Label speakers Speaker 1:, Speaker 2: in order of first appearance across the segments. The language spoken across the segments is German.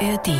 Speaker 1: ARD.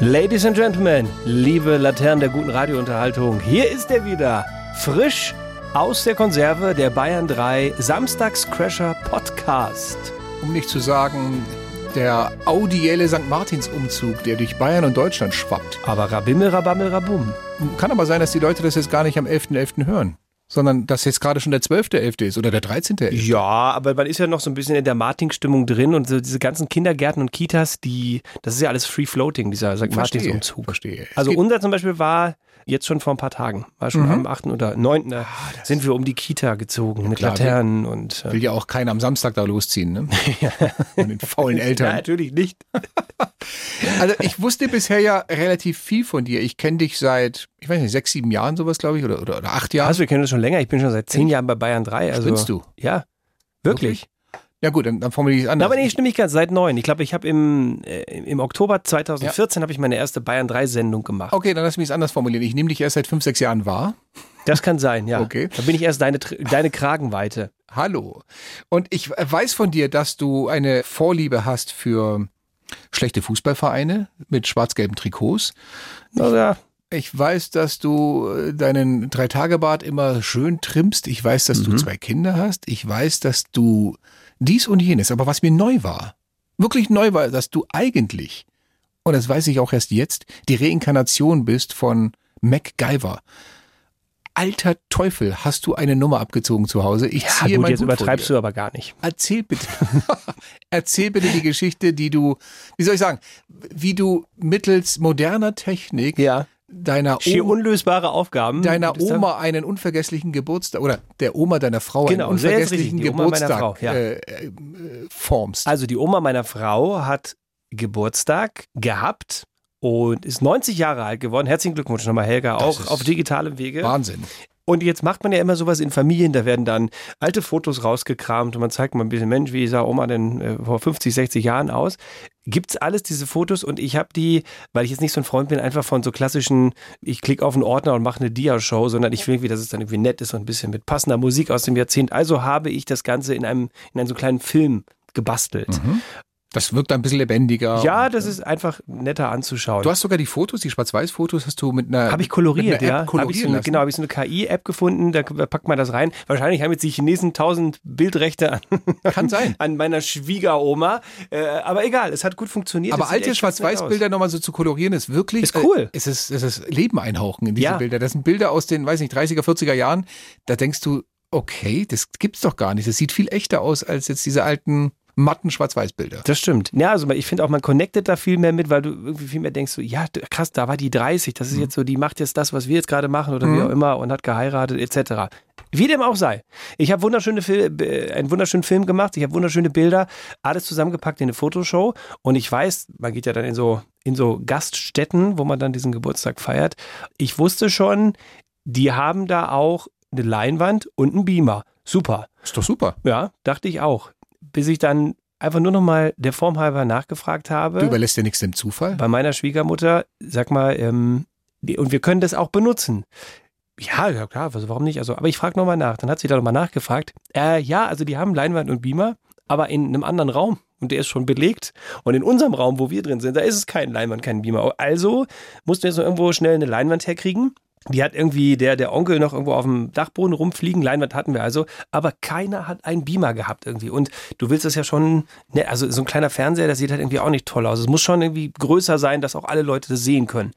Speaker 2: Ladies and Gentlemen, liebe Laternen der guten Radiounterhaltung, hier ist er wieder, frisch aus der Konserve der Bayern 3 Samstagscrasher Podcast.
Speaker 3: Um nicht zu sagen, der audielle St. Martins-Umzug, der durch Bayern und Deutschland schwappt.
Speaker 2: Aber rabimmel, rabammel, rabum.
Speaker 3: Kann aber sein, dass die Leute das jetzt gar nicht am 11.11. hören, sondern dass jetzt gerade schon der 12.11. ist oder der 13.11.
Speaker 2: Ja, aber man ist ja noch so ein bisschen in der Martin-Stimmung drin und so diese ganzen Kindergärten und Kitas, die, das ist ja alles free floating, dieser St. Martins-Umzug.
Speaker 3: Verstehe. Es
Speaker 2: Also
Speaker 3: geht-
Speaker 2: unser zum Beispiel war jetzt schon vor ein paar Tagen, war schon am 8. oder 9. sind wir um die Kita gezogen mit
Speaker 3: klar, wir-
Speaker 2: Laternen und äh,
Speaker 3: will ja auch keiner am Samstag da losziehen, ne? Von den faulen Eltern.
Speaker 2: natürlich nicht.
Speaker 3: Also ich wusste bisher ja relativ viel von dir. Ich kenne dich seit, ich weiß nicht, sechs, sieben Jahren sowas, glaube ich, oder, oder, oder acht Jahren.
Speaker 2: Also wir kennen uns schon länger. Ich bin schon seit zehn Jahren bei Bayern 3. Also,
Speaker 3: Spinnst du?
Speaker 2: Ja, wirklich.
Speaker 3: Ja gut, dann, dann formuliere ich es
Speaker 2: Na,
Speaker 3: anders.
Speaker 2: aber nee, stimmt nicht ganz. Seit neun. Ich glaube, ich habe im, äh, im Oktober 2014 habe ich meine erste Bayern 3 Sendung gemacht.
Speaker 3: okay, dann lass mich es anders formulieren. Ich nehme dich erst seit fünf, sechs Jahren wahr.
Speaker 2: Das kann sein, ja.
Speaker 3: Okay.
Speaker 2: Da bin ich erst deine, Tr- deine Kragenweite.
Speaker 3: Hallo. Und ich äh, weiß von dir, dass du eine Vorliebe hast für schlechte Fußballvereine mit schwarz-gelben Trikots.
Speaker 2: Na, Also, ja.
Speaker 3: Ich weiß, dass du äh, deinen Dreitagebart immer schön trimmst. Ich weiß, dass
Speaker 2: Mhm.
Speaker 3: du zwei Kinder hast. Ich weiß, dass du dies und jenes. Aber was mir neu war, wirklich neu war, dass du eigentlich, und das weiß ich auch erst jetzt, die Reinkarnation bist von MacGyver. Alter Teufel, hast du eine Nummer abgezogen zu Hause? Ich
Speaker 2: ja
Speaker 3: ziehe
Speaker 2: gut,
Speaker 3: mein
Speaker 2: jetzt
Speaker 3: Hut vor
Speaker 2: übertreibst
Speaker 3: dir.
Speaker 2: du aber gar nicht.
Speaker 3: Erzähl bitte. Erzähl bitte die Geschichte, die du, wie soll ich sagen, wie du mittels moderner Technik
Speaker 2: Ja.
Speaker 3: deiner
Speaker 2: Schier
Speaker 3: Oma,
Speaker 2: unlösbare Aufgaben.
Speaker 3: Oh. deiner
Speaker 2: Das ist ja-
Speaker 3: Oma einen unvergesslichen Geburtstag oder der Oma deiner Frau
Speaker 2: Genau,
Speaker 3: einen
Speaker 2: sehr jetzt
Speaker 3: unvergesslichen
Speaker 2: richtig, die Oma meiner
Speaker 3: Geburtstag
Speaker 2: Frau, ja.
Speaker 3: äh, äh, äh, formst.
Speaker 2: Also die Oma meiner Frau hat Geburtstag gehabt und ist 90 Jahre alt geworden. Herzlichen Glückwunsch nochmal, Helga,
Speaker 3: Das
Speaker 2: auch
Speaker 3: ist
Speaker 2: auf digitalem Wege.
Speaker 3: Wahnsinn.
Speaker 2: Und jetzt macht man ja immer sowas in Familien, da werden dann alte Fotos rausgekramt und man zeigt mal ein bisschen, Mensch, wie sah Oma denn äh, vor 50, 60 Jahren aus? Gibt's alles diese Fotos und ich habe die, weil ich jetzt nicht so ein Freund bin, einfach von so klassischen, ich klicke auf einen Ordner und mache eine Dia-Show, sondern ich will irgendwie, dass es dann irgendwie nett ist und ein bisschen mit passender Musik aus dem Jahrzehnt. Also habe ich das Ganze in einem, in einem so kleinen Film gebastelt.
Speaker 3: Das wirkt ein bisschen lebendiger.
Speaker 2: Ja,
Speaker 3: Und,
Speaker 2: das
Speaker 3: äh,
Speaker 2: ist einfach netter anzuschauen.
Speaker 3: Du hast sogar die Fotos, die Schwarz-Weiß-Fotos, hast du mit einer
Speaker 2: habe ich koloriert,
Speaker 3: Äh, mit einer
Speaker 2: ja.
Speaker 3: App
Speaker 2: Hab ich so
Speaker 3: kolorieren
Speaker 2: eine,
Speaker 3: lassen.
Speaker 2: genau, habe ich so eine KI-App gefunden, da packt man das rein. Wahrscheinlich haben jetzt die Chinesen tausend Bildrechte an,
Speaker 3: Kann sein.
Speaker 2: an meiner Schwiegeroma. Äh, aber egal, es hat gut funktioniert.
Speaker 3: Aber
Speaker 2: Es sieht
Speaker 3: alte
Speaker 2: echt ganz nett aus.
Speaker 3: Schwarz-Weiß-Bilder nochmal so zu kolorieren, ist wirklich.
Speaker 2: Ist cool.
Speaker 3: Äh, es, ist, es ist Leben einhauchen in diese
Speaker 2: Ja.
Speaker 3: Bilder. Das sind Bilder aus den, weiß nicht, 30er, 40er Jahren. Da denkst du, okay, das gibt's doch gar nicht. Das sieht viel echter aus als jetzt diese alten matten Schwarz-Weiß-Bilder.
Speaker 2: Das stimmt. Ja, also ich finde auch, man connectet da viel mehr mit, weil du irgendwie viel mehr denkst, so, ja, d- krass, da war die 30, das ist jetzt so, die macht jetzt das, was wir jetzt gerade machen oder wie auch immer und hat geheiratet etc. Wie dem auch sei. Ich habe wunderschöne Fil äh, einen wunderschönen Film gemacht, ich habe wunderschöne Bilder, alles zusammengepackt in eine Fotoshow und ich weiß, man geht ja dann in so in so Gaststätten, wo man dann diesen Geburtstag feiert. Ich wusste schon, die haben da auch eine Leinwand und einen Beamer. Super.
Speaker 3: Ist doch super.
Speaker 2: Ja, dachte ich auch. Bis ich dann einfach nur nochmal der Form halber nachgefragt habe.
Speaker 3: Du überlässt ja nichts dem Zufall.
Speaker 2: bei meiner Schwiegermutter, sag mal, ähm, die- und wir können das auch benutzen. Ja, ja klar, also warum nicht? Also, aber ich frage nochmal nach. Dann hat sie da nochmal nachgefragt. Äh, ja, also die haben Leinwand und Beamer, aber in einem anderen Raum. Und der ist schon belegt. Und in unserem Raum, wo wir drin sind, da ist es kein Leinwand, kein Beamer. Also mussten wir jetzt noch irgendwo schnell eine Leinwand herkriegen. Die hat irgendwie der, der Onkel noch irgendwo auf dem Dachboden rumfliegen. Leinwand hatten wir also. Aber keiner hat einen Beamer gehabt irgendwie. Und du willst das ja schon, ne, also so ein kleiner Fernseher, das sieht halt irgendwie auch nicht toll aus. Es muss schon irgendwie größer sein, dass auch alle Leute das sehen können.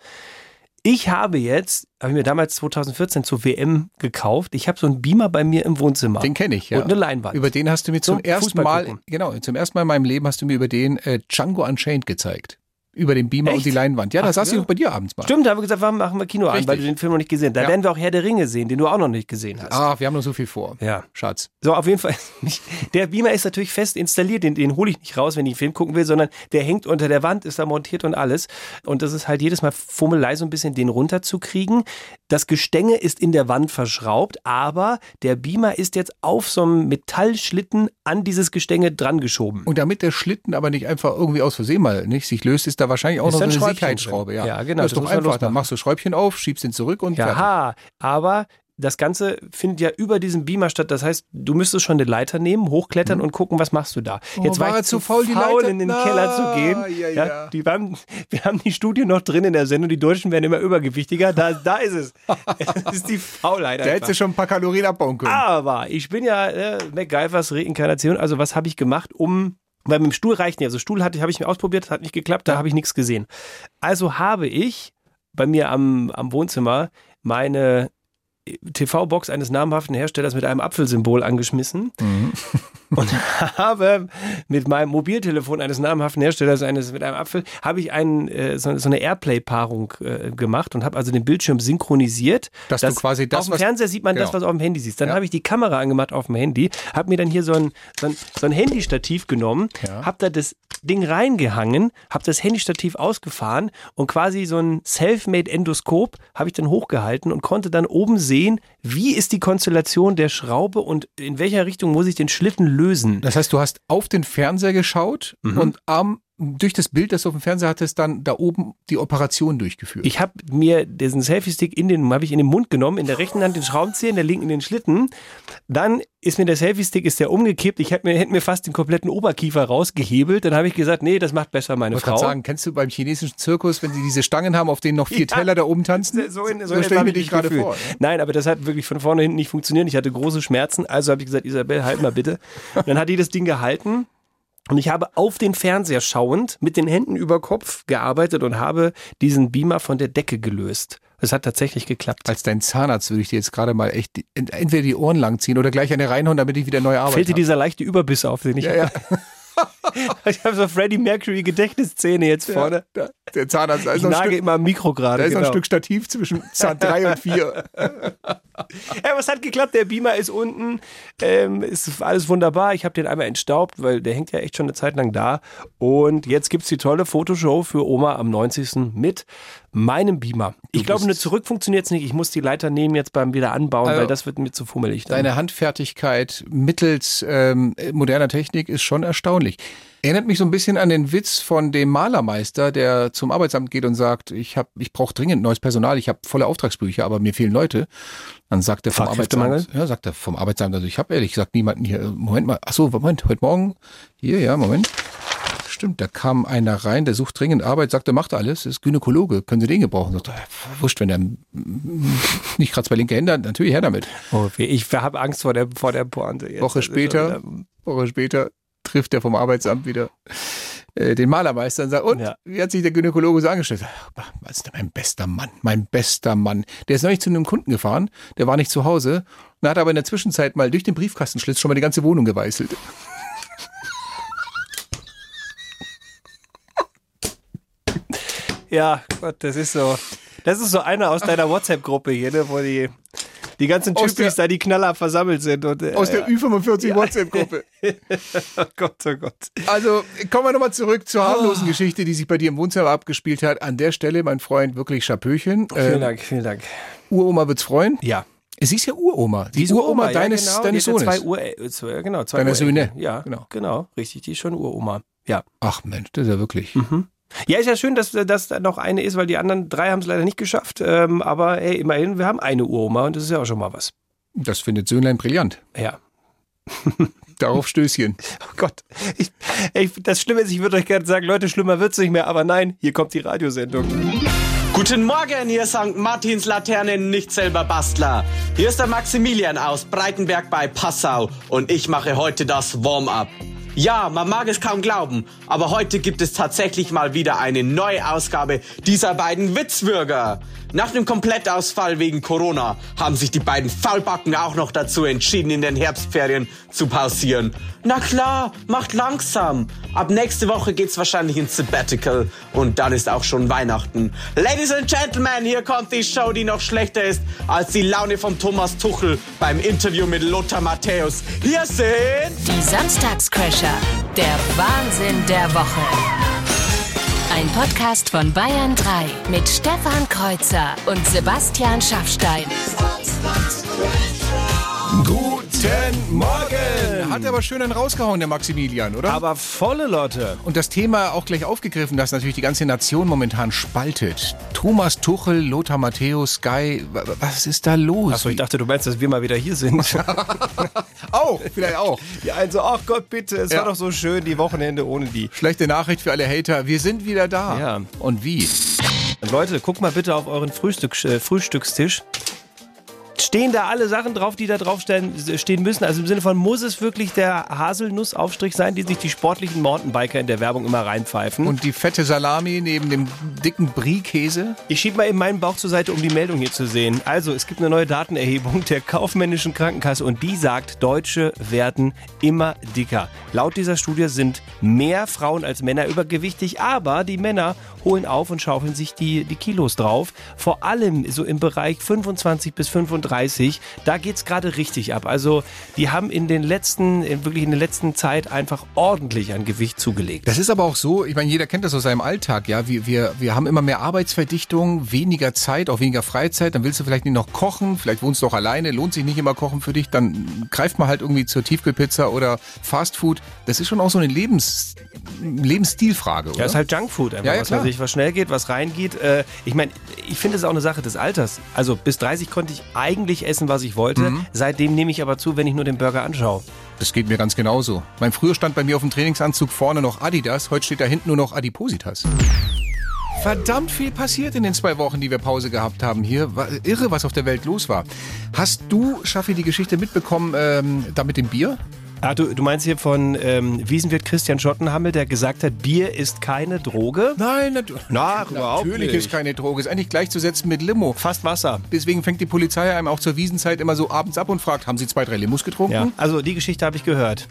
Speaker 2: Ich habe jetzt, habe ich mir damals 2014 zur WM gekauft, ich habe so einen Beamer bei mir im Wohnzimmer.
Speaker 3: Den kenne ich, ja.
Speaker 2: Und eine Leinwand.
Speaker 3: Über den hast du mir zum,
Speaker 2: Zum
Speaker 3: ersten
Speaker 2: Fußball
Speaker 3: Mal,
Speaker 2: gucken.
Speaker 3: genau, zum ersten Mal in meinem Leben hast du mir über den äh, Django Unchained gezeigt. Über den Beamer
Speaker 2: Echt?
Speaker 3: und die Leinwand. Ja, da
Speaker 2: Ach,
Speaker 3: saß
Speaker 2: ja.
Speaker 3: ich doch bei dir abends mal.
Speaker 2: Stimmt, da haben wir gesagt, warum machen wir Kino an,
Speaker 3: Richtig.
Speaker 2: weil du den Film noch nicht gesehen hast. Da
Speaker 3: Ja.
Speaker 2: werden wir auch Herr der Ringe sehen, den du auch noch nicht gesehen hast.
Speaker 3: Ah, wir haben noch so viel vor.
Speaker 2: Ja.
Speaker 3: Schatz.
Speaker 2: So, auf jeden Fall. nicht- Der Beamer ist natürlich fest installiert, den, den hole ich nicht raus, wenn ich einen Film gucken will, sondern der hängt unter der Wand, ist da montiert und alles. Und das ist halt jedes Mal Fummelei, so ein bisschen den runterzukriegen. Das Gestänge ist in der Wand verschraubt, aber der Beamer ist jetzt auf so einem Metallschlitten an dieses Gestänge drangeschoben.
Speaker 3: Und damit der Schlitten aber nicht einfach irgendwie aus Versehen mal nicht sich löst, ist da wahrscheinlich auch
Speaker 2: Ist
Speaker 3: noch so
Speaker 2: da ein
Speaker 3: eine
Speaker 2: Schräubchen
Speaker 3: Sicherheitsschraube.
Speaker 2: drin?
Speaker 3: Ja,
Speaker 2: Ja, genau,
Speaker 3: Das ist
Speaker 2: das
Speaker 3: doch
Speaker 2: muss man
Speaker 3: einfach.
Speaker 2: losmachen.
Speaker 3: Dann machst du Schräubchen auf, schiebst ihn zurück und fertig.
Speaker 2: Aha, aber das Ganze findet ja über diesem Beamer statt. Das heißt, du müsstest schon eine Leiter nehmen, hochklettern und gucken, was machst du da.
Speaker 3: Mhm. Oh,
Speaker 2: Jetzt war,
Speaker 3: war er
Speaker 2: ich
Speaker 3: zu faul, die Leiter-
Speaker 2: in den
Speaker 3: Na,
Speaker 2: Keller zu gehen.
Speaker 3: ja, ja.
Speaker 2: die waren, wir haben die Studie noch drin in der Sendung. Die Deutschen werden immer übergewichtiger. Da, da ist es. Es ist die Faulheit.
Speaker 3: Da
Speaker 2: einfach. Ah.
Speaker 3: hättest du schon ein paar Kalorien abbauen können.
Speaker 2: Aber ich bin ja äh, MacGyvers Reinkarnation. Also was habe ich gemacht, um weil mit dem Stuhl reicht nicht. Also Stuhl hatte habe ich mir ausprobiert, hat nicht geklappt, da habe ich nichts gesehen. Also habe ich bei mir am, am Wohnzimmer meine TV-Box eines namhaften Herstellers mit einem Apfelsymbol angeschmissen
Speaker 3: Mhm.
Speaker 2: und habe mit meinem Mobiltelefon eines namhaften Herstellers eines mit einem Apfel habe ich einen, äh, so, so eine Airplay-Paarung äh, gemacht und habe also den Bildschirm synchronisiert.
Speaker 3: Dass du quasi das,
Speaker 2: auf dem
Speaker 3: was-
Speaker 2: Fernseher sieht man das,
Speaker 3: genau.
Speaker 2: was du auf dem Handy siehst. Dann
Speaker 3: Ja.
Speaker 2: habe ich die Kamera angemacht auf dem Handy, habe mir dann hier so ein, so ein, so ein Handystativ genommen,
Speaker 3: Ja.
Speaker 2: habe da das Ding reingehangen, habe das Handystativ ausgefahren und quasi so ein Selfmade-Endoskop habe ich dann hochgehalten und konnte dann oben sehen, wie ist die Konstellation der Schraube und in welcher Richtung muss ich den Schlitten lösen.
Speaker 3: Das heißt, du hast auf den Fernseher geschaut
Speaker 2: Mhm.
Speaker 3: und am, durch das Bild, das du auf dem Fernseher hattest, dann da oben die Operation durchgeführt.
Speaker 2: Ich habe mir diesen Selfie-Stick in den, habe ich in den Mund genommen, in der rechten Hand den Schraubenzieher, in der linken den Schlitten. Dann ist mir der Selfie-Stick, ist der umgekippt. Ich hätte mir, hätt mir fast den kompletten Oberkiefer rausgehebelt. Dann habe ich gesagt, nee, das macht besser meine
Speaker 3: wollte
Speaker 2: Frau.
Speaker 3: gerade sagen, kennst du beim chinesischen Zirkus, wenn sie diese Stangen haben, auf denen noch vier
Speaker 2: Ja.
Speaker 3: Teller da oben tanzen?
Speaker 2: So, in, so, in
Speaker 3: stell ich
Speaker 2: etwa hab
Speaker 3: mir
Speaker 2: ich
Speaker 3: dich
Speaker 2: mich
Speaker 3: gerade
Speaker 2: gefühlt.
Speaker 3: vor.
Speaker 2: Nein, aber das hat wirklich von vorne und hinten nicht funktioniert. Ich hatte große Schmerzen, also habe ich gesagt, Isabel, halt mal bitte. Und dann hat die das Ding gehalten. Und ich habe auf den Fernseher schauend mit den Händen über Kopf gearbeitet und habe diesen Beamer von der Decke gelöst. Es hat tatsächlich geklappt.
Speaker 3: Als dein Zahnarzt würde ich dir jetzt gerade mal echt die- ent- entweder die Ohren lang ziehen oder gleich an der reinhauen, damit ich wieder neue Arbeit
Speaker 2: Fällt dir
Speaker 3: habe.
Speaker 2: dieser leichte Überbiss auf, den ich
Speaker 3: Ja, ja.
Speaker 2: Ich habe so Freddie Mercury Gedächtniszähne jetzt vorne.
Speaker 3: Da, der Zahnarzt, da
Speaker 2: Ich
Speaker 3: ist, noch ein,
Speaker 2: nage
Speaker 3: Stück,
Speaker 2: immer am Mikro gerade.
Speaker 3: da ist noch ein
Speaker 2: genau.
Speaker 3: Stück Stativ zwischen Zahn 3 und 4.
Speaker 2: Ja, aber es hat geklappt. Der Beamer ist unten. Ähm, ist alles wunderbar. Ich habe den einmal entstaubt, weil der hängt ja echt schon eine Zeit lang da. Und jetzt gibt es die tolle Fotoshow für Oma am 90. mit meinem Beamer. Ich glaube,
Speaker 3: bist-
Speaker 2: nur zurück funktioniert es nicht. Ich muss die Leiter nehmen jetzt beim wieder anbauen,
Speaker 3: Also,
Speaker 2: weil das wird mir zu fummelig. dann.
Speaker 3: Deine Handfertigkeit mittels ähm, moderner Technik ist schon erstaunlich. Erinnert mich so ein bisschen an den Witz von dem Malermeister, der zum Arbeitsamt geht und sagt, ich hab, ich brauche dringend neues Personal, ich habe volle Auftragsbücher, aber mir fehlen Leute. Dann sagt er vom
Speaker 2: Fachkräftemangel?
Speaker 3: Arbeitsamt, ja, sagt er vom Arbeitsamt, also ich habe ehrlich gesagt niemanden hier. Moment mal, ach so, Moment, heute Morgen hier, ja, Moment. Stimmt, da kam einer rein, der sucht dringend Arbeit, sagte, macht alles, ist Gynäkologe, können Sie den gebrauchen? Sagt, er, wurscht, wenn der nicht gerade zwei linke Hände hat, natürlich her damit.
Speaker 2: oh, weh. ich habe Angst vor der, vor der Pointe. Jetzt. also,
Speaker 3: Woche
Speaker 2: Das ist schon
Speaker 3: später, Woche später trifft er vom Arbeitsamt wieder äh, den Malermeister und sagt, und
Speaker 2: Ja.
Speaker 3: wie hat sich der Gynäkologe so angestellt? Ach, Was ist denn mein bester Mann, mein bester Mann. Der ist neulich zu einem Kunden gefahren, der war nicht zu Hause und hat aber in der Zwischenzeit mal durch den Briefkastenschlitz schon mal die ganze Wohnung geweißelt.
Speaker 2: Ja, Gott, das ist so. Das ist so einer aus deiner WhatsApp-Gruppe hier, ne, wo die, die ganzen
Speaker 3: Aus
Speaker 2: Typis da die Knaller versammelt sind. Und, äh,
Speaker 3: Aus der Ü45 WhatsApp-Gruppe.
Speaker 2: oh Gott, oh Gott.
Speaker 3: Also kommen wir nochmal zurück zur
Speaker 2: Oh.
Speaker 3: harmlosen Geschichte, die sich bei dir im Wohnzimmer abgespielt hat. An der Stelle, mein Freund, wirklich Schapöchen.
Speaker 2: Vielen
Speaker 3: Äh,
Speaker 2: Dank, vielen Dank.
Speaker 3: Uroma wird's freuen.
Speaker 2: Ja.
Speaker 3: Sie ist ja Uroma. Die, Uroma
Speaker 2: ja,
Speaker 3: deines,
Speaker 2: genau,
Speaker 3: deines
Speaker 2: die hat ja
Speaker 3: Sohnes.
Speaker 2: Zwei Ur äh, zwei, genau, zwei
Speaker 3: Deiner
Speaker 2: Urenkel.
Speaker 3: Söhne.
Speaker 2: Ja,
Speaker 3: Genau.
Speaker 2: genau. genau. Richtig, die ist schon Uroma. Ja.
Speaker 3: Ach Mensch, das ist ja wirklich.
Speaker 2: Ja, ist ja schön, dass, dass da noch eine ist, weil die anderen drei haben es leider nicht geschafft. Ähm, aber hey, immerhin, wir haben eine Uroma und das ist ja auch schon mal was.
Speaker 3: Das findet Söhnlein brillant.
Speaker 2: Ja.
Speaker 3: Darauf Stößchen.
Speaker 2: Oh Gott. Ich, ich, das Schlimme ist, ich würde euch gerne sagen, Leute, schlimmer wird's nicht mehr, aber nein, hier kommt die Radiosendung.
Speaker 1: Guten Morgen, hier St. Martins Laterne, nicht selber Bastler. Hier ist der Maximilian aus Breitenberg bei Passau und ich mache heute das Warm-up. Ja, man mag es kaum glauben, aber heute gibt es tatsächlich mal wieder eine neue Ausgabe dieser beiden Witzbürger. Nach dem Komplettausfall wegen Corona haben sich die beiden Faulbacken auch noch dazu entschieden, in den Herbstferien zu pausieren. Na klar, macht langsam. Ab nächste Woche geht's wahrscheinlich ins Sabbatical und dann ist auch schon Weihnachten. Ladies and Gentlemen, hier kommt die Show, die noch schlechter ist als die Laune von Thomas Tuchel beim Interview mit Lothar Matthäus. Hier sind
Speaker 4: Die Samstagscrasher. Der Wahnsinn der Woche. Ein Podcast von Bayern 3 mit Stefan Kreuzer und Sebastian Schaffstein.
Speaker 3: Guten Morgen! Hat aber schön einen rausgehauen, der Maximilian, oder?
Speaker 2: Aber volle Lotte.
Speaker 3: Und das Thema auch gleich aufgegriffen, das natürlich die ganze Nation momentan spaltet. Thomas Tuchel, Lothar Matthäus, Sky, wa- wa- was ist da los?
Speaker 2: Achso, ich dachte, du meinst, dass wir mal wieder hier sind.
Speaker 3: auch, Oh, vielleicht auch.
Speaker 2: ja, also, ach Gott, bitte, es
Speaker 3: Ja.
Speaker 2: war doch so schön, die Wochenende ohne die.
Speaker 3: Schlechte Nachricht für alle Hater, wir sind wieder da.
Speaker 2: Ja.
Speaker 3: Und wie?
Speaker 2: Leute, guckt mal bitte auf euren Frühstück, äh, Frühstückstisch. Stehen da alle Sachen drauf, die da drauf stehen, stehen müssen? Also im Sinne von, muss es wirklich der Haselnussaufstrich sein, die sich die sportlichen Mountainbiker in der Werbung immer reinpfeifen?
Speaker 3: Und die fette Salami neben dem dicken Brie-Käse?
Speaker 2: Ich schiebe mal eben meinen Bauch zur Seite, um die Meldung hier zu sehen. Also, es gibt eine neue Datenerhebung der kaufmännischen Krankenkasse und die sagt, Deutsche werden immer dicker. Laut dieser Studie sind mehr Frauen als Männer übergewichtig, aber die Männer holen auf und schaufeln sich die, die Kilos drauf. Vor allem so im Bereich 25 bis 35, da geht's gerade richtig ab. Also, die haben in den letzten, in wirklich in der letzten Zeit einfach ordentlich an Gewicht zugelegt.
Speaker 3: Das ist aber auch so, ich meine, jeder kennt das aus seinem Alltag, ja. Wir, wir, wir haben immer mehr Arbeitsverdichtung, weniger Zeit, auch weniger Freizeit, dann willst du vielleicht nicht noch kochen, vielleicht wohnst du auch alleine, lohnt sich nicht immer kochen für dich, dann greift man halt irgendwie zur Tiefkühlpizza oder Fastfood. Das ist schon auch so eine Lebens, Lebensstilfrage, oder?
Speaker 2: Ja, ist halt Junkfood einfach,
Speaker 3: Ne? Ja, ja,
Speaker 2: was
Speaker 3: klar.
Speaker 2: man sich, was schnell geht, was reingeht. Äh, ich meine, ich finde es auch eine Sache des Alters. Also bis 30 konnte ich eigentlich essen, was ich wollte.
Speaker 3: Mhm.
Speaker 2: Seitdem nehme ich aber zu, wenn ich nur den Burger anschaue.
Speaker 3: das geht mir ganz genauso. Mein früher stand bei mir auf dem Trainingsanzug vorne noch Adidas, heute steht da hinten nur noch Adipositas. Verdammt viel passiert in den zwei Wochen, die wir Pause gehabt haben hier. Wa- Irre, was auf der Welt los war. Hast du, Schaffi, die Geschichte mitbekommen, ähm, da mit dem Bier?
Speaker 2: Ah, du, du meinst hier von ähm, Wiesenwirt Christian Schottenhammel, der gesagt hat, Bier ist keine Droge?
Speaker 3: Nein, natürlich.
Speaker 2: Na, überhaupt
Speaker 3: Natürlich
Speaker 2: nicht.
Speaker 3: ist keine Droge. Ist eigentlich gleichzusetzen mit Limo.
Speaker 2: Fast Wasser.
Speaker 3: Deswegen fängt die Polizei einem auch zur Wiesenzeit immer so abends ab und fragt, haben Sie zwei, drei Limos getrunken?
Speaker 2: Ja. Also die Geschichte habe ich gehört.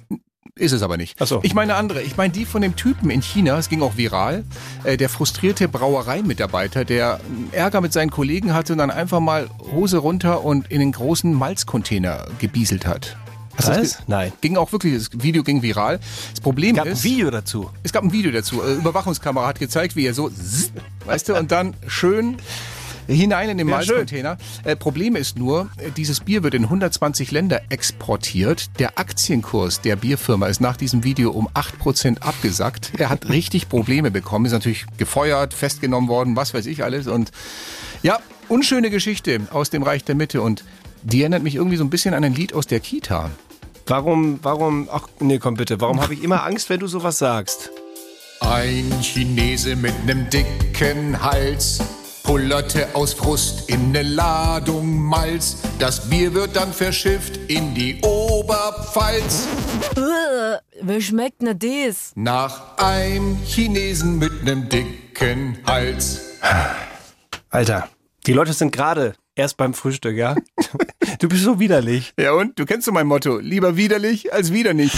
Speaker 3: Ist es aber nicht.
Speaker 2: Ach so.
Speaker 3: Ich meine eine andere. Ich meine die von dem Typen in China, es ging auch viral, äh, der frustrierte Brauereimitarbeiter, der Ärger mit seinen Kollegen hatte und dann einfach mal Hose runter und in den großen Malzcontainer gebieselt hat. Hast du das ge-
Speaker 2: Nein.
Speaker 3: Ging auch wirklich, das Video ging viral. Das Problem
Speaker 2: Gab ein
Speaker 3: ist,
Speaker 2: Video dazu.
Speaker 3: es gab ein Video dazu. Äh, Überwachungskamera hat gezeigt, wie er so, zzz, weißt du, und dann schön hinein in den
Speaker 2: Ja, schön.
Speaker 3: Malzcontainer. Äh, Problem ist nur, äh, dieses Bier wird in 120 Länder exportiert. Der Aktienkurs der Bierfirma ist nach diesem Video um 8% abgesackt. Er hat richtig Probleme bekommen, ist natürlich gefeuert, festgenommen worden, was weiß ich alles. Und ja, unschöne Geschichte aus dem Reich der Mitte. Und die erinnert mich irgendwie so ein bisschen an ein Lied aus der Kita.
Speaker 2: Warum, warum, ach nee, komm bitte, warum habe ich immer Angst, wenn du sowas sagst?
Speaker 3: Ein Chinese mit nem dicken Hals pullerte aus Frust in ne Ladung Malz. Das Bier wird dann verschifft in die Oberpfalz.
Speaker 5: Äh, Wie schmeckt ne dies?
Speaker 3: Nach einem Chinesen mit nem dicken Hals.
Speaker 2: Alter, die Leute sind gerade erst beim Frühstück, ja? du bist so widerlich.
Speaker 3: Ja und? Du kennst so mein Motto. Lieber widerlich als wieder nicht.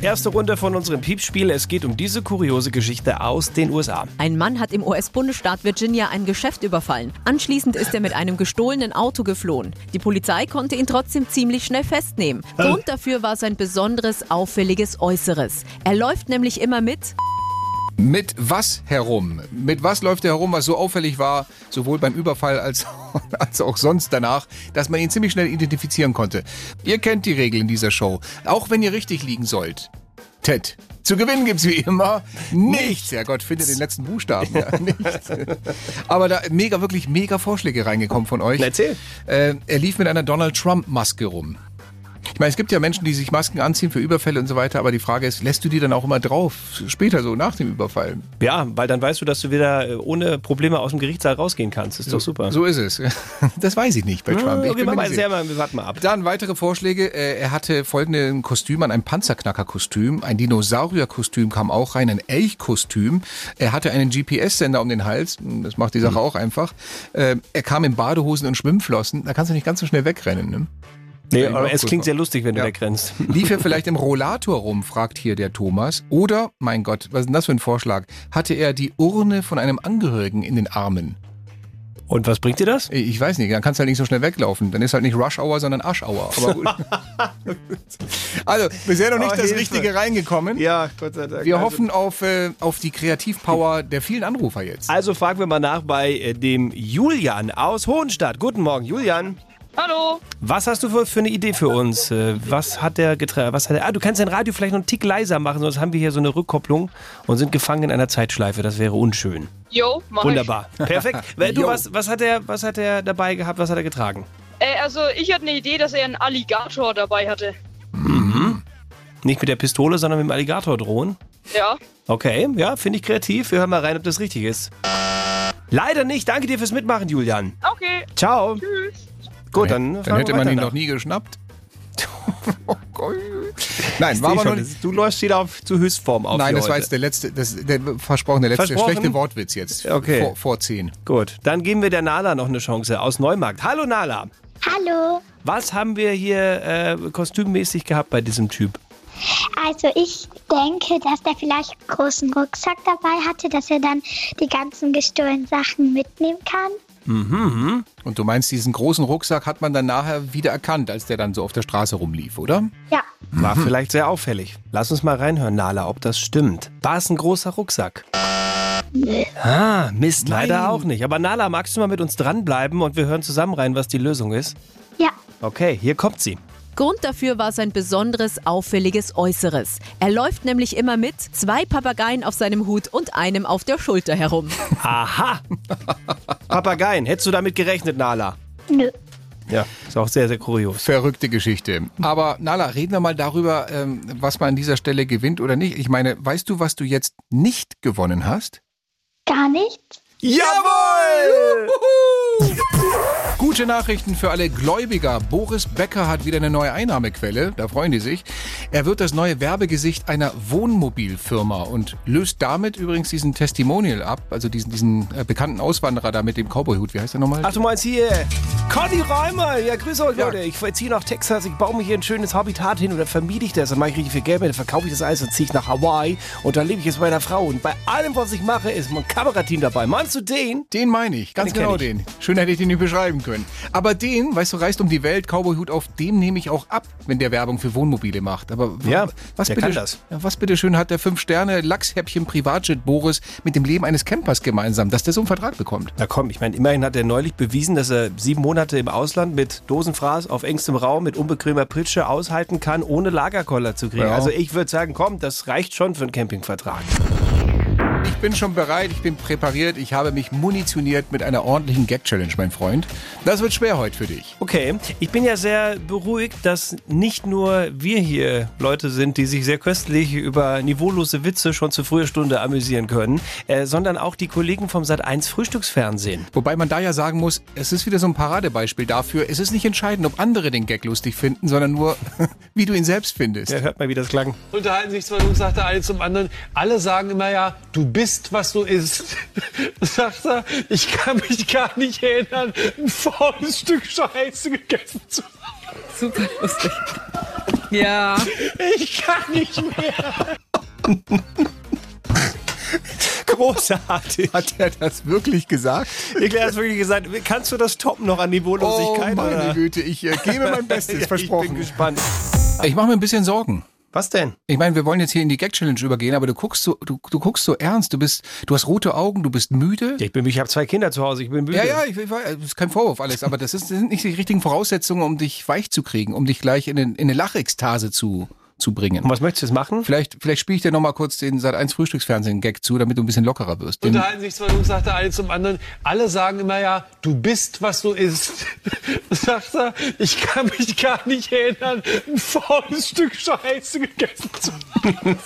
Speaker 2: Erste Runde von unserem Piepspiel. Es geht um diese kuriose Geschichte aus den USA.
Speaker 5: Ein Mann hat im US-Bundesstaat Virginia ein Geschäft überfallen. Anschließend ist er mit einem gestohlenen Auto geflohen. Die Polizei konnte ihn trotzdem ziemlich schnell festnehmen. Grund dafür war sein besonderes, auffälliges Äußeres. Er läuft nämlich immer mit
Speaker 3: Mit was herum? Mit was läuft er herum, was so auffällig war, sowohl beim Überfall als, als auch sonst danach, dass man ihn ziemlich schnell identifizieren konnte. Ihr kennt die Regeln dieser Show, auch wenn ihr richtig liegen sollt. Ted. Zu gewinnen gibt's wie immer nichts. Ja Gott, findet den letzten Buchstaben. Ja, nichts. Aber da mega, wirklich mega Vorschläge reingekommen von euch.
Speaker 2: Erzähl.
Speaker 3: Äh, er lief mit einer Donald Trump-Maske rum. Ich meine, es gibt ja Menschen, die sich Masken anziehen für Überfälle und so weiter, aber die Frage ist, lässt du die dann auch immer drauf, später so nach dem Überfall?
Speaker 2: Ja, weil dann weißt du, dass du wieder äh, ohne Probleme aus dem Gerichtssaal rausgehen kannst. Ist doch super.
Speaker 3: So ist es. Das weiß ich nicht bei Trump. Ich
Speaker 2: okay,
Speaker 3: bin mir
Speaker 2: wir, mal,
Speaker 3: nicht
Speaker 2: sehr
Speaker 3: sicher.
Speaker 2: mal, wir warten mal ab.
Speaker 3: Dann weitere Vorschläge. Äh, Er hatte folgende Kostüm an, ein Panzerknacker-Kostüm, ein Dinosaurier-Kostüm kam auch rein, ein Elch-Kostüm. Er hatte einen GPS-Sender um den Hals, das macht die Sache auch einfach. Ähm, Er kam in Badehosen und Schwimmflossen, da kannst du nicht ganz so schnell wegrennen. Ne?
Speaker 2: Nee,
Speaker 3: aber
Speaker 2: aber es
Speaker 3: gut
Speaker 2: klingt
Speaker 3: noch.
Speaker 2: sehr lustig, wenn
Speaker 3: Ja.
Speaker 2: du wegrennst.
Speaker 3: Lief er vielleicht im Rollator rum, fragt hier der Thomas. Oder, mein Gott, was ist denn das für ein Vorschlag? Hatte er die Urne von einem Angehörigen in den Armen?
Speaker 2: Und was bringt dir das?
Speaker 3: Ich weiß nicht, dann kannst du halt nicht so schnell weglaufen. Dann ist halt nicht Rush Hour, sondern Ash Hour. Aber gut. also, bisher noch nicht
Speaker 2: Oh,
Speaker 3: das
Speaker 2: Hilfe.
Speaker 3: Richtige reingekommen.
Speaker 2: Ja, also Gott sei Dank.
Speaker 3: Wir hoffen auf, äh, auf die Kreativpower der vielen Anrufer jetzt.
Speaker 2: Also fragen wir mal nach bei äh, dem Julian aus Hohenstadt. Guten Morgen, Julian.
Speaker 6: Hallo.
Speaker 2: Was hast du für, für eine Idee für uns? Äh, Was hat der Geträ was hat der, Ah, du kannst dein Radio vielleicht noch einen Tick leiser machen, sonst haben wir hier so eine Rückkopplung und sind gefangen in einer Zeitschleife. Das wäre unschön.
Speaker 6: Jo, mach
Speaker 2: Wunderbar. Perfekt. Weil Du, was, was, hat er, was hat er dabei gehabt? Was hat er getragen?
Speaker 6: Ich. Äh, also, ich hatte eine Idee, dass er einen Alligator dabei hatte.
Speaker 2: Nicht mit der Pistole, sondern mit dem Alligator drohen.
Speaker 6: Ja.
Speaker 2: Okay, ja, finde ich kreativ. Wir hören mal rein, ob das richtig ist. Leider nicht. Danke dir fürs Mitmachen, Julian.
Speaker 6: Okay.
Speaker 2: Ciao.
Speaker 6: Tschüss.
Speaker 2: Gut, Also, dann,
Speaker 3: Dann
Speaker 2: fahren
Speaker 3: hätte
Speaker 2: wir
Speaker 3: man
Speaker 2: weiter
Speaker 3: ihn
Speaker 2: nach.
Speaker 3: doch nie geschnappt. Oh Gott. Nein,
Speaker 2: Sehe
Speaker 3: war aber noch
Speaker 2: schon,
Speaker 3: nicht.
Speaker 2: das ist- Du läufst wieder auf, zu Höchstform auf.
Speaker 3: Nein,
Speaker 2: hier
Speaker 3: das war
Speaker 2: heute.
Speaker 3: jetzt der letzte, das, der versprochene letzte
Speaker 2: Versprochen?
Speaker 3: schlechte Wortwitz jetzt.
Speaker 2: Okay.
Speaker 3: Vor, vor zehn.
Speaker 2: Gut, dann geben wir der Nala noch eine Chance aus Neumarkt. Hallo Nala.
Speaker 7: Hallo.
Speaker 2: Was haben wir hier äh, kostümmäßig gehabt bei diesem Typ?
Speaker 7: Also ich denke, dass der vielleicht einen großen Rucksack dabei hatte, dass er dann die ganzen gestohlenen Sachen mitnehmen kann.
Speaker 3: Und du meinst, diesen großen Rucksack hat man dann nachher wieder erkannt, als der dann so auf der Straße rumlief, oder?
Speaker 7: Ja,
Speaker 2: War vielleicht sehr auffällig. Lass uns mal reinhören, Nala, ob das stimmt. War es ein großer Rucksack? Ah, Mist, leider auch nicht. Aber Nala, magst du mal mit uns dranbleiben und wir hören zusammen rein, was die Lösung ist?
Speaker 7: ja.
Speaker 2: Okay, hier kommt sie.
Speaker 5: Grund dafür war sein besonderes, auffälliges Äußeres. Er läuft nämlich immer mit zwei Papageien auf seinem Hut und einem auf der Schulter herum.
Speaker 2: Aha! Papageien, hättest du damit gerechnet, Nala?
Speaker 7: Nö.
Speaker 2: Ja, ist auch sehr, sehr kurios.
Speaker 3: Verrückte Geschichte. Aber Nala, reden wir mal darüber, ähm, was man an dieser Stelle gewinnt oder nicht. Ich meine, weißt du, was du jetzt nicht gewonnen hast?
Speaker 7: Gar nicht?
Speaker 2: Jawohl!
Speaker 3: Gute Nachrichten für alle Gläubiger. Boris Becker hat wieder eine neue Einnahmequelle. Da freuen die sich. Er wird das neue Werbegesicht einer Wohnmobilfirma und löst damit übrigens diesen Testimonial ab. Also diesen, diesen äh, bekannten Auswanderer da mit dem Cowboyhut. Wie heißt der nochmal?
Speaker 2: Ach, du Also meinst hier äh, Conny Reimer. Ja, grüß euch,
Speaker 3: Ja.
Speaker 2: Leute. Ich ziehe nach Texas, ich baue mir hier ein schönes Habitat hin und dann vermiete ich das. Dann mache ich richtig viel Geld mit, dann verkaufe ich das Eis und ziehe ich nach Hawaii. Und dann lebe ich jetzt bei einer Frau. Und bei allem, was ich mache, ist mein Kamerateam dabei. Meinst du den?
Speaker 3: Den meine ich,
Speaker 2: Den
Speaker 3: ganz
Speaker 2: kenn
Speaker 3: genau
Speaker 2: ich.
Speaker 3: den. Schön hätte ich den nicht beschreiben können. Aber den, weißt du, reist um die Welt, Cowboyhut auf, dem nehme ich auch ab, wenn der Werbung für Wohnmobile macht. Aber w-
Speaker 2: Ja,
Speaker 3: was,
Speaker 2: der
Speaker 3: bitte,
Speaker 2: kann das.
Speaker 3: Ja, was bitte schön hat der 5-Sterne-Lachshäppchen-Privatjet Boris mit dem Leben eines Campers gemeinsam, dass der so einen Vertrag bekommt?
Speaker 2: Na komm, ich meine, immerhin hat er neulich bewiesen, dass er sieben Monate im Ausland mit Dosenfraß auf engstem Raum mit unbequemer Pritsche aushalten kann, ohne Lagerkoller zu kriegen.
Speaker 3: Ja.
Speaker 2: Also ich würde sagen, komm, das reicht schon für einen Campingvertrag.
Speaker 3: Ich bin schon bereit, ich bin präpariert, ich habe mich munitioniert mit einer ordentlichen Gag-Challenge, mein Freund. Das wird schwer heute für dich.
Speaker 2: Okay, ich bin ja sehr beruhigt, dass nicht nur wir hier Leute sind, die sich sehr köstlich über niveaulose Witze schon zu früher Stunde amüsieren können, äh, sondern auch die Kollegen vom Sat1 Frühstücksfernsehen.
Speaker 3: Wobei man da ja sagen muss, es ist wieder so ein Paradebeispiel dafür, es ist nicht entscheidend, ob andere den Gag lustig finden, sondern nur, wie du ihn selbst findest.
Speaker 2: Ja, hört mal, wie das klang.
Speaker 8: unterhalten sich zwei Jungs, sagt der eine zum anderen. Alle sagen immer ja, du bist, was du isst. sagt er, ich kann mich gar nicht erinnern, ein faules Stück Scheiße gegessen zu haben.
Speaker 5: Super lustig. Ja.
Speaker 8: Ich kann nicht mehr.
Speaker 2: Großartig.
Speaker 3: Hat er das wirklich gesagt?
Speaker 2: Ich habe wirklich gesagt, kannst du das toppen noch an
Speaker 3: Oh,
Speaker 2: Niveaulosigkeit?
Speaker 3: meine
Speaker 2: oder?
Speaker 3: Güte, ich äh, gebe mein Bestes,
Speaker 2: Ja, Ich bin
Speaker 3: versprochen.
Speaker 2: gespannt.
Speaker 3: Ich mache mir ein bisschen Sorgen.
Speaker 2: Was denn?
Speaker 3: Ich meine, wir wollen jetzt hier in die Gag-Challenge übergehen, aber du guckst so, du, du guckst so ernst, du bist, du hast rote Augen, du bist müde.
Speaker 2: Ich, bin, ich habe zwei Kinder zu Hause, ich bin müde.
Speaker 3: Ja, ja, ich, ich weiß, das ist kein Vorwurf alles, aber das, ist, das sind nicht die richtigen Voraussetzungen, um dich weich zu kriegen, um dich gleich in, den, in eine Lachekstase zu, zu
Speaker 2: Und
Speaker 3: bringen.
Speaker 2: was möchtest du jetzt machen?
Speaker 3: Vielleicht, vielleicht spiele ich dir nochmal kurz den Sat1 Frühstücksfernsehen-Gag zu, damit du ein bisschen lockerer wirst. Den,
Speaker 8: Unterhalten sich zwei Jungs, sagt der eine zum anderen. Alle sagen immer ja, du bist, was du isst. sagt er, ich kann mich gar nicht erinnern, ein faules Stück Scheiße gegessen zu haben.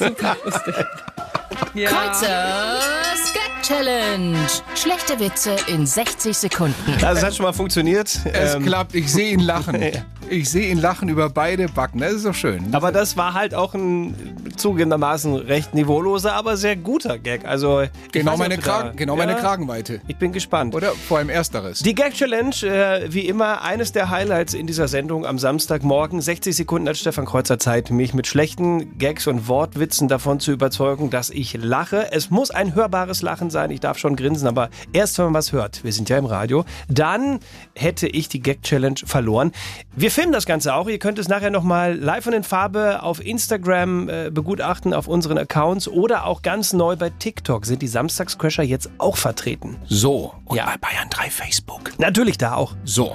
Speaker 4: Kreuzers Gag Challenge. Schlechte Witze in 60 Sekunden.
Speaker 2: Also, es hat schon mal funktioniert.
Speaker 3: es
Speaker 2: Ähm,
Speaker 3: klappt, ich sehe ihn lachen. Ich sehe ihn lachen über beide Backen. Das ist doch schön.
Speaker 2: Aber das war halt auch ein zugegebenermaßen recht niveauloser, aber sehr guter Gag. Also ich
Speaker 3: Genau
Speaker 2: weiß nicht,
Speaker 3: meine,
Speaker 2: ob du da-
Speaker 3: Kragen, genau
Speaker 2: Ja,
Speaker 3: meine Kragenweite.
Speaker 2: Ich bin gespannt.
Speaker 3: Oder? Vor allem ersteres.
Speaker 2: Die Gag Challenge, äh, wie immer, eines der Highlights in dieser Sendung am Samstagmorgen. 60 Sekunden hat Stefan Kreuzer Zeit, mich mit schlechten Gags und Wortwitzen davon zu überzeugen, dass ich lache. Es muss ein hörbares Lachen sein. Ich darf schon grinsen, aber erst, wenn man was hört. Wir sind ja im Radio. Dann hätte ich die Gag Challenge verloren. Wir filmen das Ganze auch. Ihr könnt es nachher nochmal live und in Farbe auf Instagram äh, Gutachten auf unseren Accounts oder auch ganz neu bei TikTok sind die Samstagscrasher jetzt auch vertreten.
Speaker 3: So. Und
Speaker 2: Ja.
Speaker 3: bei Bayern 3 Facebook.
Speaker 2: Natürlich da auch.
Speaker 3: So.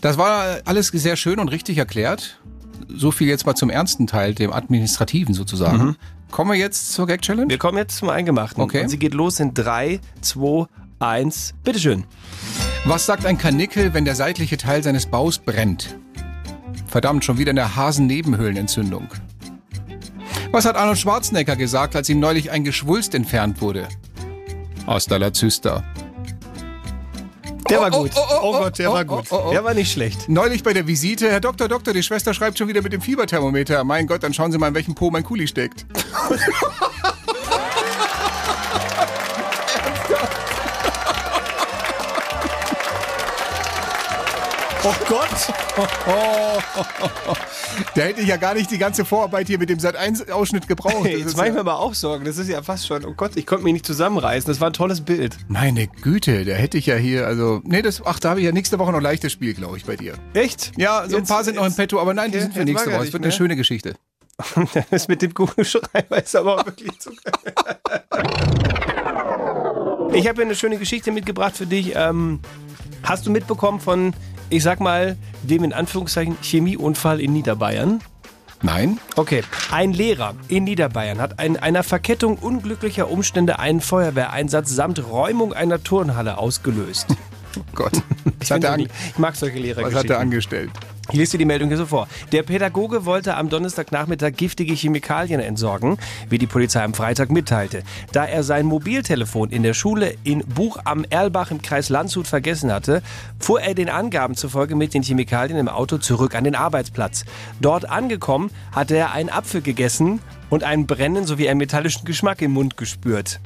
Speaker 3: Das war alles sehr schön und richtig erklärt. So viel jetzt mal zum ernsten Teil, dem administrativen sozusagen. Kommen wir jetzt zur Gag Challenge?
Speaker 2: Wir kommen jetzt zum Eingemachten.
Speaker 3: Okay.
Speaker 2: Und sie geht los in 3, 2, 1. Bitteschön.
Speaker 3: Was sagt ein Karnickel, wenn der seitliche Teil seines Baus brennt? Verdammt, schon wieder eine Hasennebenhöhlenentzündung. Was hat Arnold Schwarzenegger gesagt, als ihm neulich ein Geschwulst entfernt wurde? Hasta la Zyster.
Speaker 2: Der
Speaker 3: Oh,
Speaker 2: war
Speaker 3: oh,
Speaker 2: gut.
Speaker 3: oh, oh, oh,
Speaker 2: Gott, der
Speaker 3: oh,
Speaker 2: war gut.
Speaker 3: oh, oh, oh.
Speaker 2: Der war nicht schlecht.
Speaker 3: Neulich bei der Visite, Herr Doktor, Doktor, die Schwester schreibt schon wieder mit dem Fieberthermometer. Mein Gott, dann schauen Sie mal, in welchem Po mein Kuli steckt.
Speaker 2: Oh Gott.
Speaker 3: Da hätte ich ja gar nicht die ganze Vorarbeit hier mit dem Sat1-Ausschnitt gebraucht. Das
Speaker 2: jetzt
Speaker 3: ist
Speaker 2: mache
Speaker 3: ja-
Speaker 2: ich mir aber auch Sorgen. Das ist ja fast schon, oh Gott, ich konnte mich nicht zusammenreißen. Das war ein tolles Bild.
Speaker 3: Meine Güte, da hätte ich ja hier, also, nee, das, ach, da habe ich ja nächste Woche noch leichtes Spiel, glaube ich, bei dir.
Speaker 2: Echt?
Speaker 3: Ja, so ein
Speaker 2: Jetzt-
Speaker 3: paar sind noch im
Speaker 2: jetzt-
Speaker 3: Petto, aber nein, die
Speaker 2: okay,
Speaker 3: sind für
Speaker 2: jetzt
Speaker 3: nächste
Speaker 2: mag er ne?
Speaker 3: Woche.
Speaker 2: nicht
Speaker 3: Es wird
Speaker 2: mehr.
Speaker 3: eine schöne Geschichte.
Speaker 2: Das mit dem Kugelschreiber ist aber auch wirklich zu Ich habe hier eine schöne Geschichte mitgebracht für dich. Ähm, hast du mitbekommen von, ich sag mal, dem in Anführungszeichen Chemieunfall in Niederbayern?
Speaker 3: Nein?
Speaker 2: Okay, ein Lehrer in Niederbayern hat in einer Verkettung unglücklicher Umstände einen Feuerwehreinsatz samt Räumung einer Turnhalle ausgelöst.
Speaker 3: Gott. Was
Speaker 2: Find
Speaker 3: hat er,
Speaker 2: ich
Speaker 3: an,
Speaker 2: nicht. ich mag solche Lehrer.
Speaker 3: was hat er angestellt?
Speaker 2: Ich lese dir die Meldung hier so vor. Der Pädagoge wollte am Donnerstagnachmittag giftige Chemikalien entsorgen, wie die Polizei am Freitag mitteilte. Da er sein Mobiltelefon in der Schule in Buch am Erlbach im Kreis Landshut vergessen hatte, fuhr er den Angaben zufolge mit den Chemikalien im Auto zurück an den Arbeitsplatz. Dort angekommen, hatte er einen Apfel gegessen und einen brennenden sowie einen metallischen Geschmack im Mund gespürt.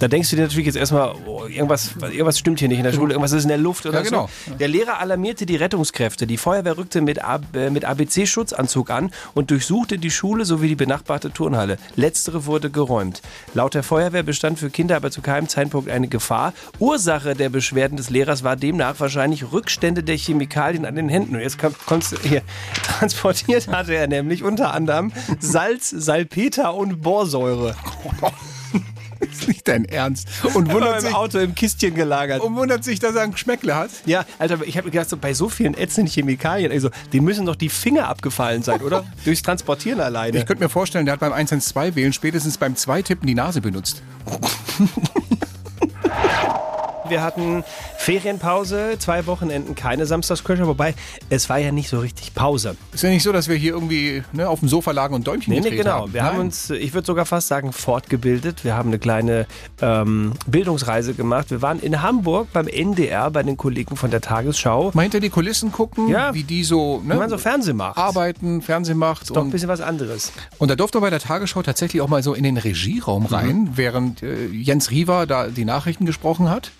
Speaker 2: Da denkst du dir natürlich jetzt erstmal, oh, irgendwas, irgendwas stimmt hier nicht in der Schule, irgendwas ist in der Luft oder
Speaker 3: Ja, genau.
Speaker 2: so. Der Lehrer alarmierte die Rettungskräfte. Die Feuerwehr rückte mit, A- äh, mit ABC-Schutzanzug an und durchsuchte die Schule sowie die benachbarte Turnhalle. Letztere wurde geräumt. Laut der Feuerwehr bestand für Kinder aber zu keinem Zeitpunkt eine Gefahr. Ursache der Beschwerden des Lehrers war demnach wahrscheinlich Rückstände der Chemikalien an den Händen. Und jetzt kommt, kommst du hier. Transportiert hatte er nämlich unter anderem Salz, Salpeter und Borsäure.
Speaker 3: Ist nicht dein Ernst. Und
Speaker 2: Wunder
Speaker 3: wundert, sich,
Speaker 2: im Auto im Kistchen gelagert.
Speaker 3: und wundert sich, dass er einen Geschmäckle hat?
Speaker 2: Ja, Alter, ich habe mir gedacht, so bei so vielen ätzenden Chemikalien, also die müssen doch die Finger abgefallen sein, oder? Durchs Transportieren alleine.
Speaker 3: Ich könnte mir vorstellen, der hat beim 112 wählen spätestens beim 2 tippen die Nase benutzt.
Speaker 2: Wir hatten Ferienpause, zwei Wochenenden keine Samstagsköcher, wobei es war ja nicht so richtig Pause.
Speaker 3: Ist ja nicht so, dass wir hier irgendwie ne, auf dem Sofa lagen und Däumchen
Speaker 2: Nee, nee,
Speaker 3: gedreht
Speaker 2: genau.
Speaker 3: haben.
Speaker 2: Wir haben
Speaker 3: Nein.
Speaker 2: uns, ich würde sogar fast sagen, fortgebildet. Wir haben eine kleine ähm, Bildungsreise gemacht. Wir waren in Hamburg beim NDR bei den Kollegen von der Tagesschau.
Speaker 3: Mal hinter die Kulissen gucken,
Speaker 2: Ja.
Speaker 3: wie die so, ne,
Speaker 2: Wenn man so Fernsehen macht.
Speaker 3: arbeiten, Fernsehen macht.
Speaker 2: Doch ein
Speaker 3: Und,
Speaker 2: bisschen was anderes.
Speaker 3: und da durfte man bei der Tagesschau tatsächlich auch mal so in den
Speaker 2: Mhm.
Speaker 3: Regieraum rein, während äh, Jens Riewer da die Nachrichten gesprochen hat.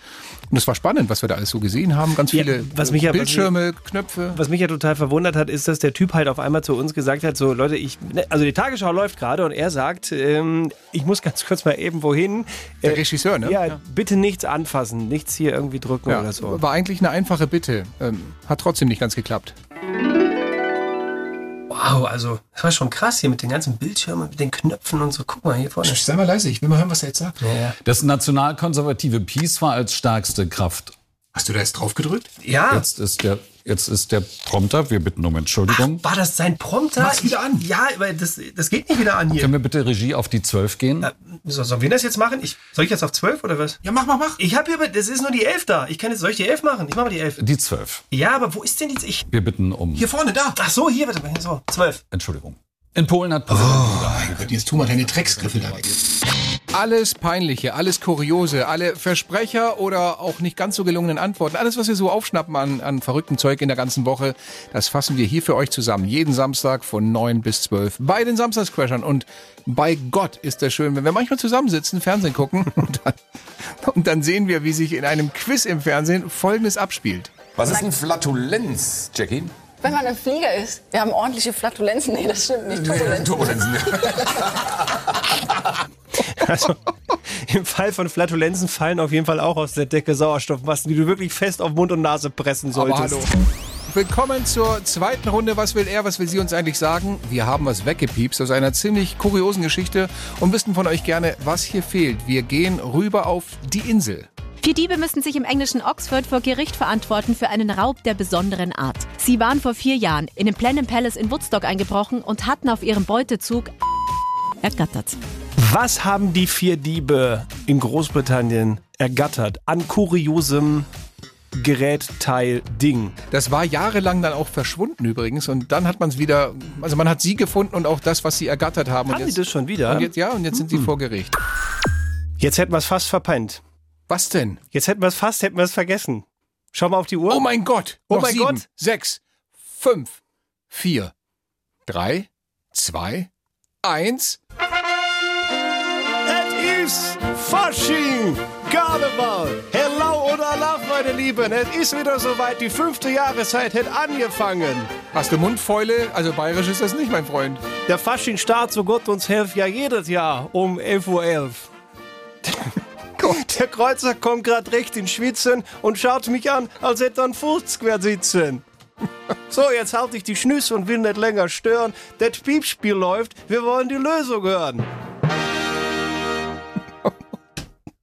Speaker 3: Und es war spannend, was wir da alles so gesehen haben. Ganz
Speaker 2: Ja,
Speaker 3: viele
Speaker 2: was mich ja- was
Speaker 3: Bildschirme, Knöpfe.
Speaker 2: Was mich ja total verwundert hat, ist, dass der Typ halt auf einmal zu uns gesagt hat, so Leute, ich, ne, also die Tagesschau läuft gerade und er sagt, ähm, ich muss ganz kurz mal eben wohin. Äh,
Speaker 3: Der Regisseur, ne?
Speaker 2: ja, bitte nichts anfassen, nichts hier irgendwie drücken
Speaker 3: Ja,
Speaker 2: oder so.
Speaker 3: war eigentlich eine einfache Bitte. Ähm, hat trotzdem nicht ganz geklappt.
Speaker 2: Wow, also das war schon krass hier mit den ganzen Bildschirmen, mit den Knöpfen und so. Guck mal hier vorne.
Speaker 3: Sei mal leise, ich will mal hören, was er jetzt sagt.
Speaker 9: Das nationalkonservative Peace war als stärkste Kraft.
Speaker 3: Hast du da jetzt drauf gedrückt?
Speaker 2: Ja,
Speaker 9: Jetzt ist der, jetzt ist der Prompter. Wir bitten um Entschuldigung.
Speaker 2: war das sein Prompter?
Speaker 3: Mach's wieder an.
Speaker 2: Ja, aber das, das geht nicht wieder an hier.
Speaker 9: Können wir bitte Regie auf die 12 gehen?
Speaker 2: So, sollen wir das jetzt machen? Ich, soll ich jetzt auf 12 oder was?
Speaker 3: Ja, mach, mach, mach.
Speaker 2: Ich habe hier, aber- das ist nur die 11 da. Ich kann jetzt, soll ich die 11 machen? Ich mache mal die 11.
Speaker 9: Die 12.
Speaker 2: Ja, aber wo ist denn die? Ich,
Speaker 9: Wir bitten um
Speaker 3: Hier vorne, da.
Speaker 2: Ach so, hier, warte mal, hier so, zwölf.
Speaker 9: Entschuldigung. In Polen hat Präsident Duda eingegriffen.
Speaker 3: Jetzt tu mal deine Drecksgriffe da weg. Alles Peinliche, alles Kuriose, alle Versprecher oder auch nicht ganz so gelungenen Antworten, alles, was wir so aufschnappen an, an verrücktem Zeug in der ganzen Woche, das fassen wir hier für euch zusammen. Jeden Samstag von 9 bis 12 bei den Samstagscrashern. Und bei Gott ist das schön, wenn wir manchmal zusammensitzen, Fernsehen gucken und dann, und dann sehen wir, wie sich in einem Quiz im Fernsehen Folgendes abspielt.
Speaker 10: Was ist denn Flatulenz, Jackie?
Speaker 11: Wenn man ein Flieger ist, wir haben ordentliche Flatulenzen. Nee, das stimmt nicht. Turbulenzen.
Speaker 10: Turbulenzen.
Speaker 2: Also, im Fall von Flatulenzen fallen auf jeden Fall auch aus der Decke Sauerstoffmasken, die du wirklich fest auf Mund und Nase pressen solltest.
Speaker 3: hallo. Willkommen zur zweiten Runde. Was will er, was will sie uns eigentlich sagen? Wir haben was weggepiepst aus einer ziemlich kuriosen Geschichte und wissen von euch gerne, was hier fehlt. Wir gehen rüber auf die Insel.
Speaker 5: Vier Diebe müssen sich im englischen Oxford vor Gericht verantworten für einen Raub der besonderen Art. Sie waren vor vier Jahren in den Plenham Palace in Woodstock eingebrochen und hatten auf ihrem Beutezug ergattert.
Speaker 2: Was haben die vier Diebe in Großbritannien ergattert an kuriosem Gerätteil Ding?
Speaker 3: Das war jahrelang dann auch verschwunden übrigens und dann hat man es wieder, also man hat sie gefunden und auch das, was sie ergattert haben. und
Speaker 2: Haben die das Hm. schon wieder?
Speaker 3: Und jetzt, ja, und jetzt sind sie vor Gericht.
Speaker 2: Jetzt hätten wir es fast verpennt.
Speaker 3: Was denn?
Speaker 2: Jetzt hätten wir es fast, hätten wir es vergessen. Schau mal auf die Uhr.
Speaker 3: Oh mein Gott!
Speaker 2: Oh
Speaker 3: noch
Speaker 2: mein
Speaker 3: sieben,
Speaker 2: Gott.
Speaker 3: Sechs, fünf, vier, drei, zwei, eins.
Speaker 12: Es ist Fasching, Karneval. Hello und Alaf, meine Lieben. Es ist wieder soweit. Die fünfte Jahreszeit hat angefangen.
Speaker 3: Hast du Mundfäule? Also bayerisch ist das nicht, mein Freund.
Speaker 2: Der Fasching startet, so Gott uns hilft, ja jedes Jahr um 11.11 Uhr.
Speaker 12: Der Kreuzer kommt gerade recht in Schwitzen und schaut mich an, als hätte er einen Fuß quer sitzen. So, jetzt
Speaker 2: halt
Speaker 12: halte ich die Schnüsse und will nicht länger stören. Das Piepspiel läuft. Wir wollen die Lösung hören.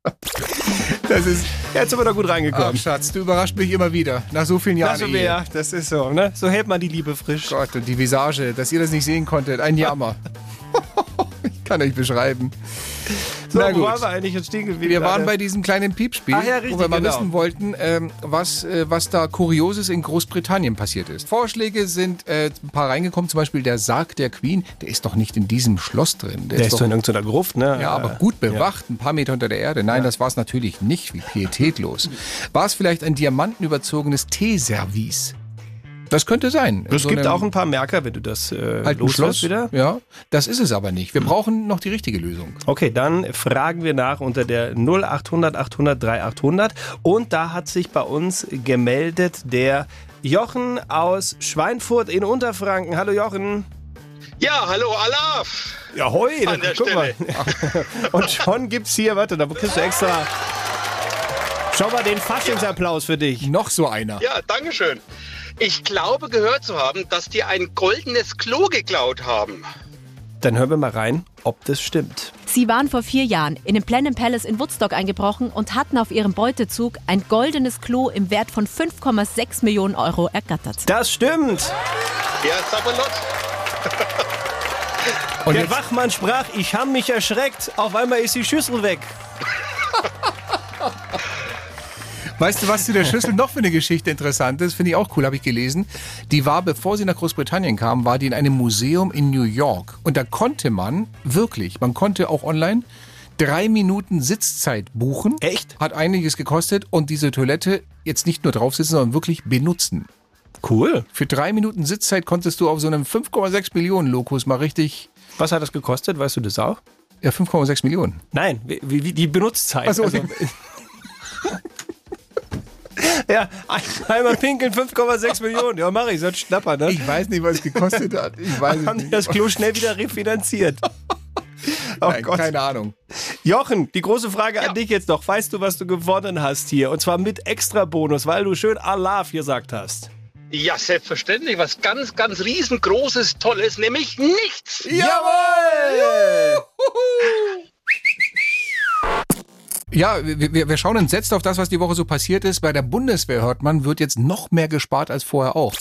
Speaker 3: Das ist.
Speaker 2: Jetzt sind wir da gut
Speaker 3: Ach,
Speaker 2: reingekommen.
Speaker 3: Schatz, du überrascht mich immer wieder. Nach so vielen Jahren.
Speaker 2: das, ist,
Speaker 3: Ehe.
Speaker 2: ja, das ist so, ne? So hält man die Liebe frisch.
Speaker 3: Gott, und die Visage, dass ihr das nicht sehen konntet. Ein Jammer. ich kann euch beschreiben.
Speaker 2: So,
Speaker 3: Na
Speaker 2: wo
Speaker 3: gut.
Speaker 2: waren wir eigentlich jetzt stehen geblieben?
Speaker 3: Wir waren
Speaker 2: Alter?
Speaker 3: bei diesem kleinen Piepspiel,
Speaker 2: Ach ja, richtig,
Speaker 3: wo wir mal
Speaker 2: genau.
Speaker 3: wissen wollten, ähm, was, äh, was da Kurioses in Großbritannien passiert ist. Vorschläge sind äh, ein paar reingekommen, zum Beispiel der Sarg der Queen, der ist doch nicht in diesem Schloss drin.
Speaker 2: Der ist doch in irgendeiner Gruft, ne?
Speaker 3: ja, aber gut bewacht, ein paar Meter unter der Erde. Nein, das war es natürlich nicht, wie pietätlos. War es vielleicht ein diamantenüberzogenes Teeservice? Das könnte sein.
Speaker 2: Es
Speaker 3: So
Speaker 2: gibt
Speaker 3: einem-
Speaker 2: auch ein paar Merker, wenn du das äh,
Speaker 3: Also alten
Speaker 2: loslässt
Speaker 3: Schloss.
Speaker 2: wieder.
Speaker 3: Ja, das ist es aber nicht. Wir brauchen noch die richtige Lösung.
Speaker 2: Okay, dann fragen wir nach unter der 0800 800 3800 und da hat sich bei uns gemeldet der Jochen aus Schweinfurt in Unterfranken. Hallo Jochen.
Speaker 13: Ja, hallo Alaf.
Speaker 2: Ja, hoi,
Speaker 13: An der
Speaker 2: guck mal. Und schon gibt's hier, warte, da kriegst du extra. Schau mal den Faschingsapplaus für dich.
Speaker 3: Noch so einer.
Speaker 13: Ja, Dankeschön. Ich glaube gehört zu haben, dass die ein goldenes Klo geklaut haben.
Speaker 2: Dann hören wir mal rein, ob das stimmt.
Speaker 5: Sie waren vor vier Jahren in den Plenham Palace in Woodstock eingebrochen und hatten auf ihrem Beutezug ein goldenes Klo im Wert von 5,6 Millionen Euro ergattert.
Speaker 2: Das stimmt.
Speaker 13: Ja, Sabalot.
Speaker 2: der Wachmann sprach, ich habe mich erschreckt. Auf einmal ist die Schüssel weg.
Speaker 3: Weißt du, was zu der Schüssel noch für eine Geschichte interessant ist? Finde ich auch cool, habe ich gelesen. Die war, bevor sie nach Großbritannien kam, war die in einem Museum in New York. Und da konnte man wirklich, man konnte auch online drei Minuten Sitzzeit buchen.
Speaker 2: Echt?
Speaker 3: Hat einiges gekostet und diese Toilette jetzt nicht nur drauf sitzen, sondern wirklich benutzen.
Speaker 2: Cool.
Speaker 3: Für drei Minuten Sitzzeit konntest du auf so einem 5,6 Millionen Lokus mal richtig, äh,
Speaker 2: Was hat das gekostet? Weißt du das auch?
Speaker 3: ja 5,6 Millionen. Also,
Speaker 2: Nein, wie, wie, die Benutzzeit. Also,
Speaker 3: Ach so,
Speaker 2: ja, ein- einmal pinkeln 5,6 Millionen. Ja, mach ich, sonst schnapper, ne?
Speaker 3: Ich weiß nicht, was es gekostet hat. Ich weiß es
Speaker 2: haben die
Speaker 3: nicht.
Speaker 2: das Klo schnell wieder refinanziert. Oh
Speaker 3: Nein,
Speaker 2: Gott.
Speaker 3: Keine Ahnung.
Speaker 2: Jochen, die große Frage an dich jetzt noch. Weißt du, was du gewonnen hast hier? Und zwar mit extra Bonus, weil du schön Allah gesagt hast.
Speaker 13: Ja, selbstverständlich. Was ganz, ganz riesengroßes, tolles, nämlich nichts.
Speaker 2: Jawohl!
Speaker 3: Ja, wir, wir- wir schauen entsetzt auf das, was die Woche so passiert ist. Bei der Bundeswehr hört man, wird jetzt noch mehr gespart als vorher auch.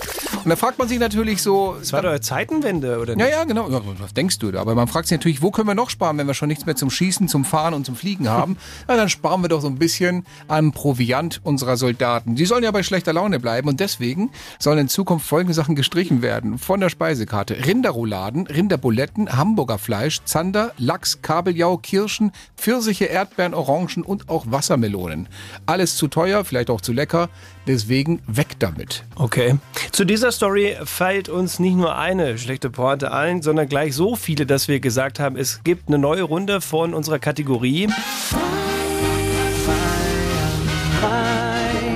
Speaker 3: Und da fragt man sich natürlich so.
Speaker 2: Das war doch eine Zeitenwende, oder nicht?
Speaker 3: Ja, ja, genau. Ja, was denkst du da? Aber man fragt sich natürlich, wo können wir noch sparen, wenn wir schon nichts mehr zum Schießen, zum Fahren und zum Fliegen haben? Na, dann sparen wir doch so ein bisschen am Proviant unserer Soldaten. Die sollen ja bei schlechter Laune bleiben und deswegen sollen in Zukunft folgende Sachen gestrichen werden von der Speisekarte. Rinderrouladen, Rinderbuletten, Hamburger Fleisch, Zander, Lachs, Kabeljau, Kirschen, Pfirsiche, Erdbeeren, Orangen und auch Wassermelonen. Alles zu teuer, vielleicht auch zu lecker. Deswegen weg damit.
Speaker 2: Okay. Zu dieser Story fällt uns nicht nur eine schlechte Pointe ein, sondern gleich so viele, dass wir gesagt haben, es gibt eine neue Runde von unserer Kategorie.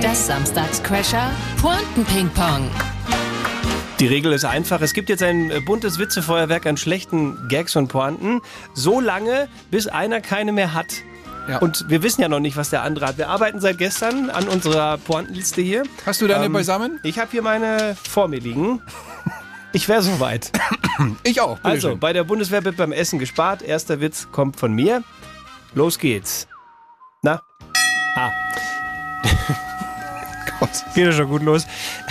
Speaker 4: Das Samstagscrasher Pointen-Ping-Pong.
Speaker 2: Die Regel ist einfach. Es gibt jetzt ein äh, buntes Witzefeuerwerk an schlechten Gags und Pointen. So lange, bis einer keine mehr hat. Und wir wissen ja noch nicht, was der andere hat. Wir arbeiten seit gestern an unserer Pointenliste hier.
Speaker 3: Hast du deine beisammen?
Speaker 2: Ich habe hier meine vor mir liegen. Ich wäre soweit.
Speaker 3: Ich auch.
Speaker 2: Also,
Speaker 3: bitteschön.
Speaker 2: bei der Bundeswehr wird beim Essen gespart. Erster Witz kommt von mir. Los geht's. Na? Ah. Geht ja schon gut los.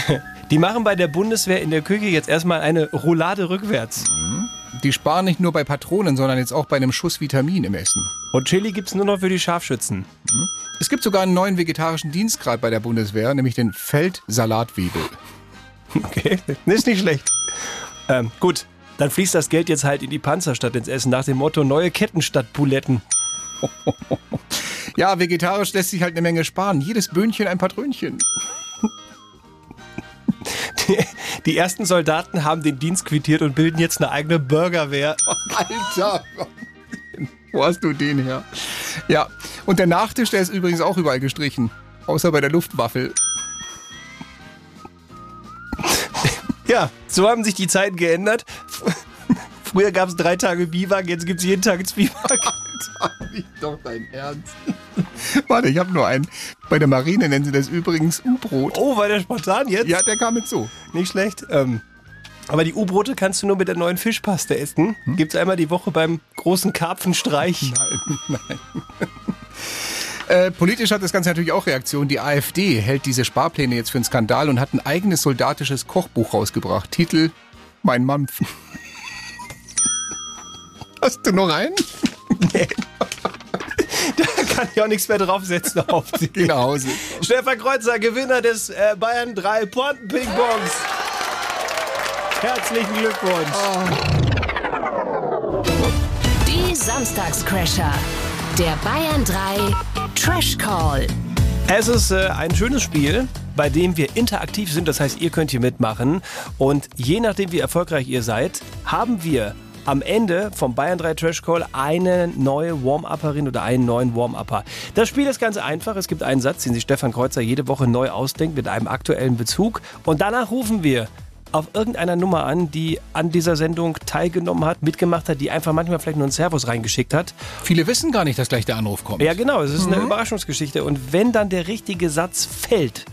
Speaker 2: Die machen bei der Bundeswehr in der Küche jetzt erstmal eine Roulade rückwärts.
Speaker 3: Die sparen nicht nur bei Patronen, sondern jetzt auch bei einem Schuss Vitamin im Essen.
Speaker 2: Und Chili gibt's nur noch für die Scharfschützen.
Speaker 3: Es gibt sogar einen neuen vegetarischen Dienstgrad bei der Bundeswehr, nämlich den Feldsalatwiebel.
Speaker 2: Okay, ist nicht schlecht. Ähm, gut, dann fließt das Geld jetzt halt in die Panzer statt ins Essen, nach dem Motto neue Ketten statt Buletten.
Speaker 3: Ja, vegetarisch lässt sich halt eine Menge sparen. Jedes Böhnchen ein Patrönchen.
Speaker 2: Die ersten Soldaten haben den Dienst quittiert und bilden jetzt eine eigene Burgerwehr.
Speaker 3: Alter! Wo hast du den her? Ja, und der Nachtisch, der ist übrigens auch überall gestrichen. Außer bei der Luftwaffel.
Speaker 2: Ja, so haben sich die Zeiten geändert. Früher gab es drei Tage Biwak, jetzt gibt es jeden Tag Zwieback.
Speaker 3: Nicht doch dein Ernst. Warte, ich habe nur einen. Bei der Marine nennen sie das übrigens U-Brot.
Speaker 2: Oh, war der spontan jetzt?
Speaker 3: Ja, der kam jetzt so.
Speaker 2: Nicht schlecht. Ähm, aber die U-Brote kannst du nur mit der neuen Fischpaste essen. Gibt's einmal die Woche beim großen Karpfenstreich.
Speaker 3: Äh, politisch hat das Ganze natürlich auch Reaktion. Die AfD hält diese Sparpläne jetzt für einen Skandal und hat ein eigenes soldatisches Kochbuch rausgebracht. Titel Mein Mampf. Hast du noch einen?
Speaker 2: Da kann ich auch nichts mehr draufsetzen auf die.
Speaker 3: Geh nach Hause.
Speaker 2: Stefan Kreuzer, Gewinner des äh, Bayern 3 Ponten Ping Pongs. Herzlichen Glückwunsch.
Speaker 4: Die Samstagscrasher. Der Bayern 3 Trash Call.
Speaker 2: Es ist äh, ein schönes Spiel, bei dem wir interaktiv sind. Das heißt, ihr könnt hier mitmachen. Und je nachdem, wie erfolgreich ihr seid, haben wir am Ende vom Bayern 3 Trash Call eine neue Warm-Upperin oder einen neuen Warm-Upper. Das Spiel ist ganz einfach. Es gibt einen Satz, den sich Stefan Kreuzer jede Woche neu ausdenkt mit einem aktuellen Bezug. Und danach rufen wir auf irgendeiner Nummer an, die an dieser Sendung teilgenommen hat, mitgemacht hat, die einfach manchmal vielleicht nur einen Servus reingeschickt hat.
Speaker 3: Viele wissen gar nicht, dass gleich der Anruf kommt.
Speaker 2: Ja, genau, es ist eine Überraschungsgeschichte. Und wenn dann der richtige Satz fällt,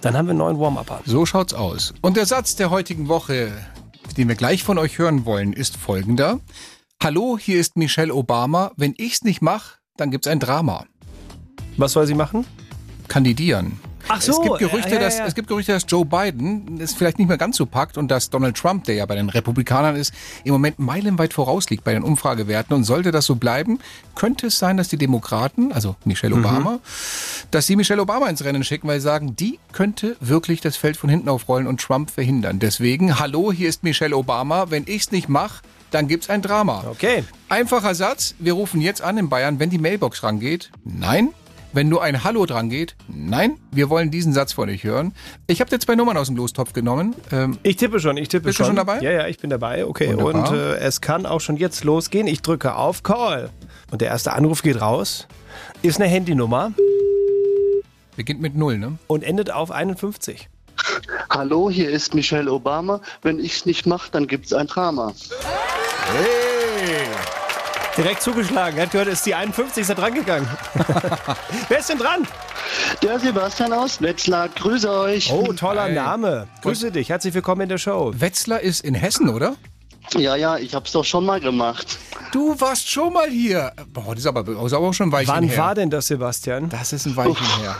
Speaker 2: dann haben wir einen neuen Warm-Upper.
Speaker 3: So schaut's aus. Und der Satz der heutigen Woche, den wir gleich von euch hören wollen, ist folgender. Hallo, hier ist Michelle Obama. Wenn ich's nicht mache, dann gibt's ein Drama.
Speaker 2: Was soll sie machen?
Speaker 3: Kandidieren.
Speaker 2: Ach so,
Speaker 3: es gibt,
Speaker 2: äh,
Speaker 3: Gerüchte,
Speaker 2: ja, ja,
Speaker 3: dass,
Speaker 2: ja.
Speaker 3: es gibt Gerüchte, dass Joe Biden es vielleicht nicht mehr ganz so packt und dass Donald Trump, der ja bei den Republikanern ist, im Moment meilenweit vorausliegt bei den Umfragewerten. Und sollte das so bleiben, könnte es sein, dass die Demokraten, also Michelle Obama, dass sie Michelle Obama ins Rennen schicken, weil sie sagen, die könnte wirklich das Feld von hinten aufrollen und Trump verhindern. Deswegen, hallo, hier ist Michelle Obama. Wenn ich's nicht mache, dann gibt's ein Drama.
Speaker 2: Okay.
Speaker 3: Einfacher Satz, wir rufen jetzt an in Bayern, wenn die Mailbox rangeht. Nein. Wenn nur ein Hallo drangeht, nein, wir wollen diesen Satz von euch hören. Ich habe dir zwei Nummern aus dem Lostopf genommen. Ähm,
Speaker 2: Ich tippe schon, ich tippe
Speaker 3: Bist du schon dabei?
Speaker 2: Ja, ja, ich bin dabei. Okay,
Speaker 3: Wunderbar.
Speaker 2: und äh, es kann auch schon jetzt losgehen. Ich drücke auf Call. Und der erste Anruf geht raus. Ist eine Handynummer
Speaker 3: beginnt mit Null, ne?
Speaker 2: und endet auf 51.
Speaker 14: Hallo, hier ist Michelle Obama. Wenn ich's nicht mache, dann gibt's ein Drama.
Speaker 2: Direkt zugeschlagen. Er hat gehört, ist die 51, ist er drangegangen. Wer ist denn dran?
Speaker 14: Der Sebastian aus Wetzlar, grüße euch.
Speaker 2: Oh, toller
Speaker 3: Hi.
Speaker 2: Name. Grüße dich. Herzlich willkommen in der Show.
Speaker 3: Wetzlar ist in Hessen, oder?
Speaker 14: Ja, ja, ich hab's doch schon mal gemacht.
Speaker 3: Du warst schon mal hier. Boah, das ist aber, das ist aber auch schon ein Weilchen
Speaker 2: Wann
Speaker 3: her.
Speaker 2: war denn das, Sebastian?
Speaker 3: das ist ein Weilchen her.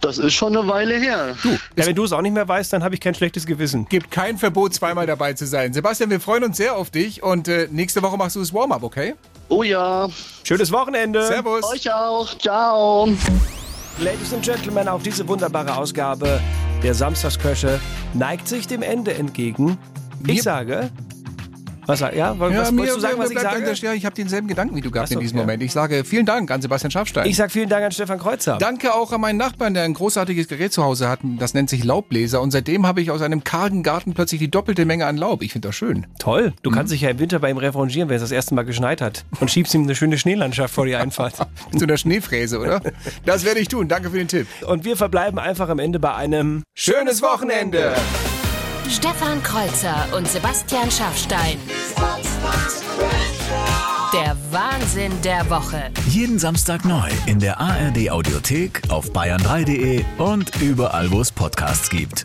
Speaker 14: Das ist schon eine Weile her.
Speaker 2: Ja, wenn du es auch nicht mehr weißt, dann habe ich kein schlechtes Gewissen.
Speaker 3: Gibt kein Verbot, zweimal dabei zu sein. Sebastian, wir freuen uns sehr auf dich und äh, nächste Woche machst du das Warm-up, okay?
Speaker 14: Oh ja,
Speaker 2: Schönes Wochenende.
Speaker 3: Servus.
Speaker 14: euch auch. Ciao.
Speaker 2: Ladies and Gentlemen, auch diese wunderbare Ausgabe der Samstagsköche neigt sich dem Ende entgegen. Ich
Speaker 3: Mir-
Speaker 2: sage. Was, sa- ja, was, was wolltest du sagen, was ich
Speaker 3: bleibt
Speaker 2: sage?
Speaker 3: an der- ja, ich habe denselben Gedanken wie du gehabt
Speaker 2: Ach so,
Speaker 3: in diesem
Speaker 2: ja.
Speaker 3: Moment. Ich sage vielen Dank an Sebastian Schafstein.
Speaker 2: Ich sage vielen Dank an Stefan Kreuzer.
Speaker 3: Danke auch an meinen Nachbarn, der ein großartiges Gerät zu Hause hat. Das nennt sich Laubbläser. Und seitdem habe ich aus einem kargen Garten plötzlich die doppelte Menge an Laub. Ich finde das schön.
Speaker 2: Toll. Du
Speaker 3: Mhm.
Speaker 2: kannst dich ja im Winter bei ihm revanchieren, wenn es das erste Mal geschneit hat. Und schiebst ihm eine schöne Schneelandschaft vor die Einfahrt.
Speaker 3: Zu einer Schneefräse, oder? Das werde ich tun. Danke für den Tipp.
Speaker 2: Und wir verbleiben einfach am Ende bei einem
Speaker 3: Schönes Wochenende.
Speaker 4: Stefan Kreuzer und Sebastian Schaffstein.
Speaker 7: Samstagscrasher.
Speaker 4: Der Wahnsinn der Woche.
Speaker 8: Jeden Samstag neu in der ARD Audiothek, auf bayern3.de und überall, wo es Podcasts gibt.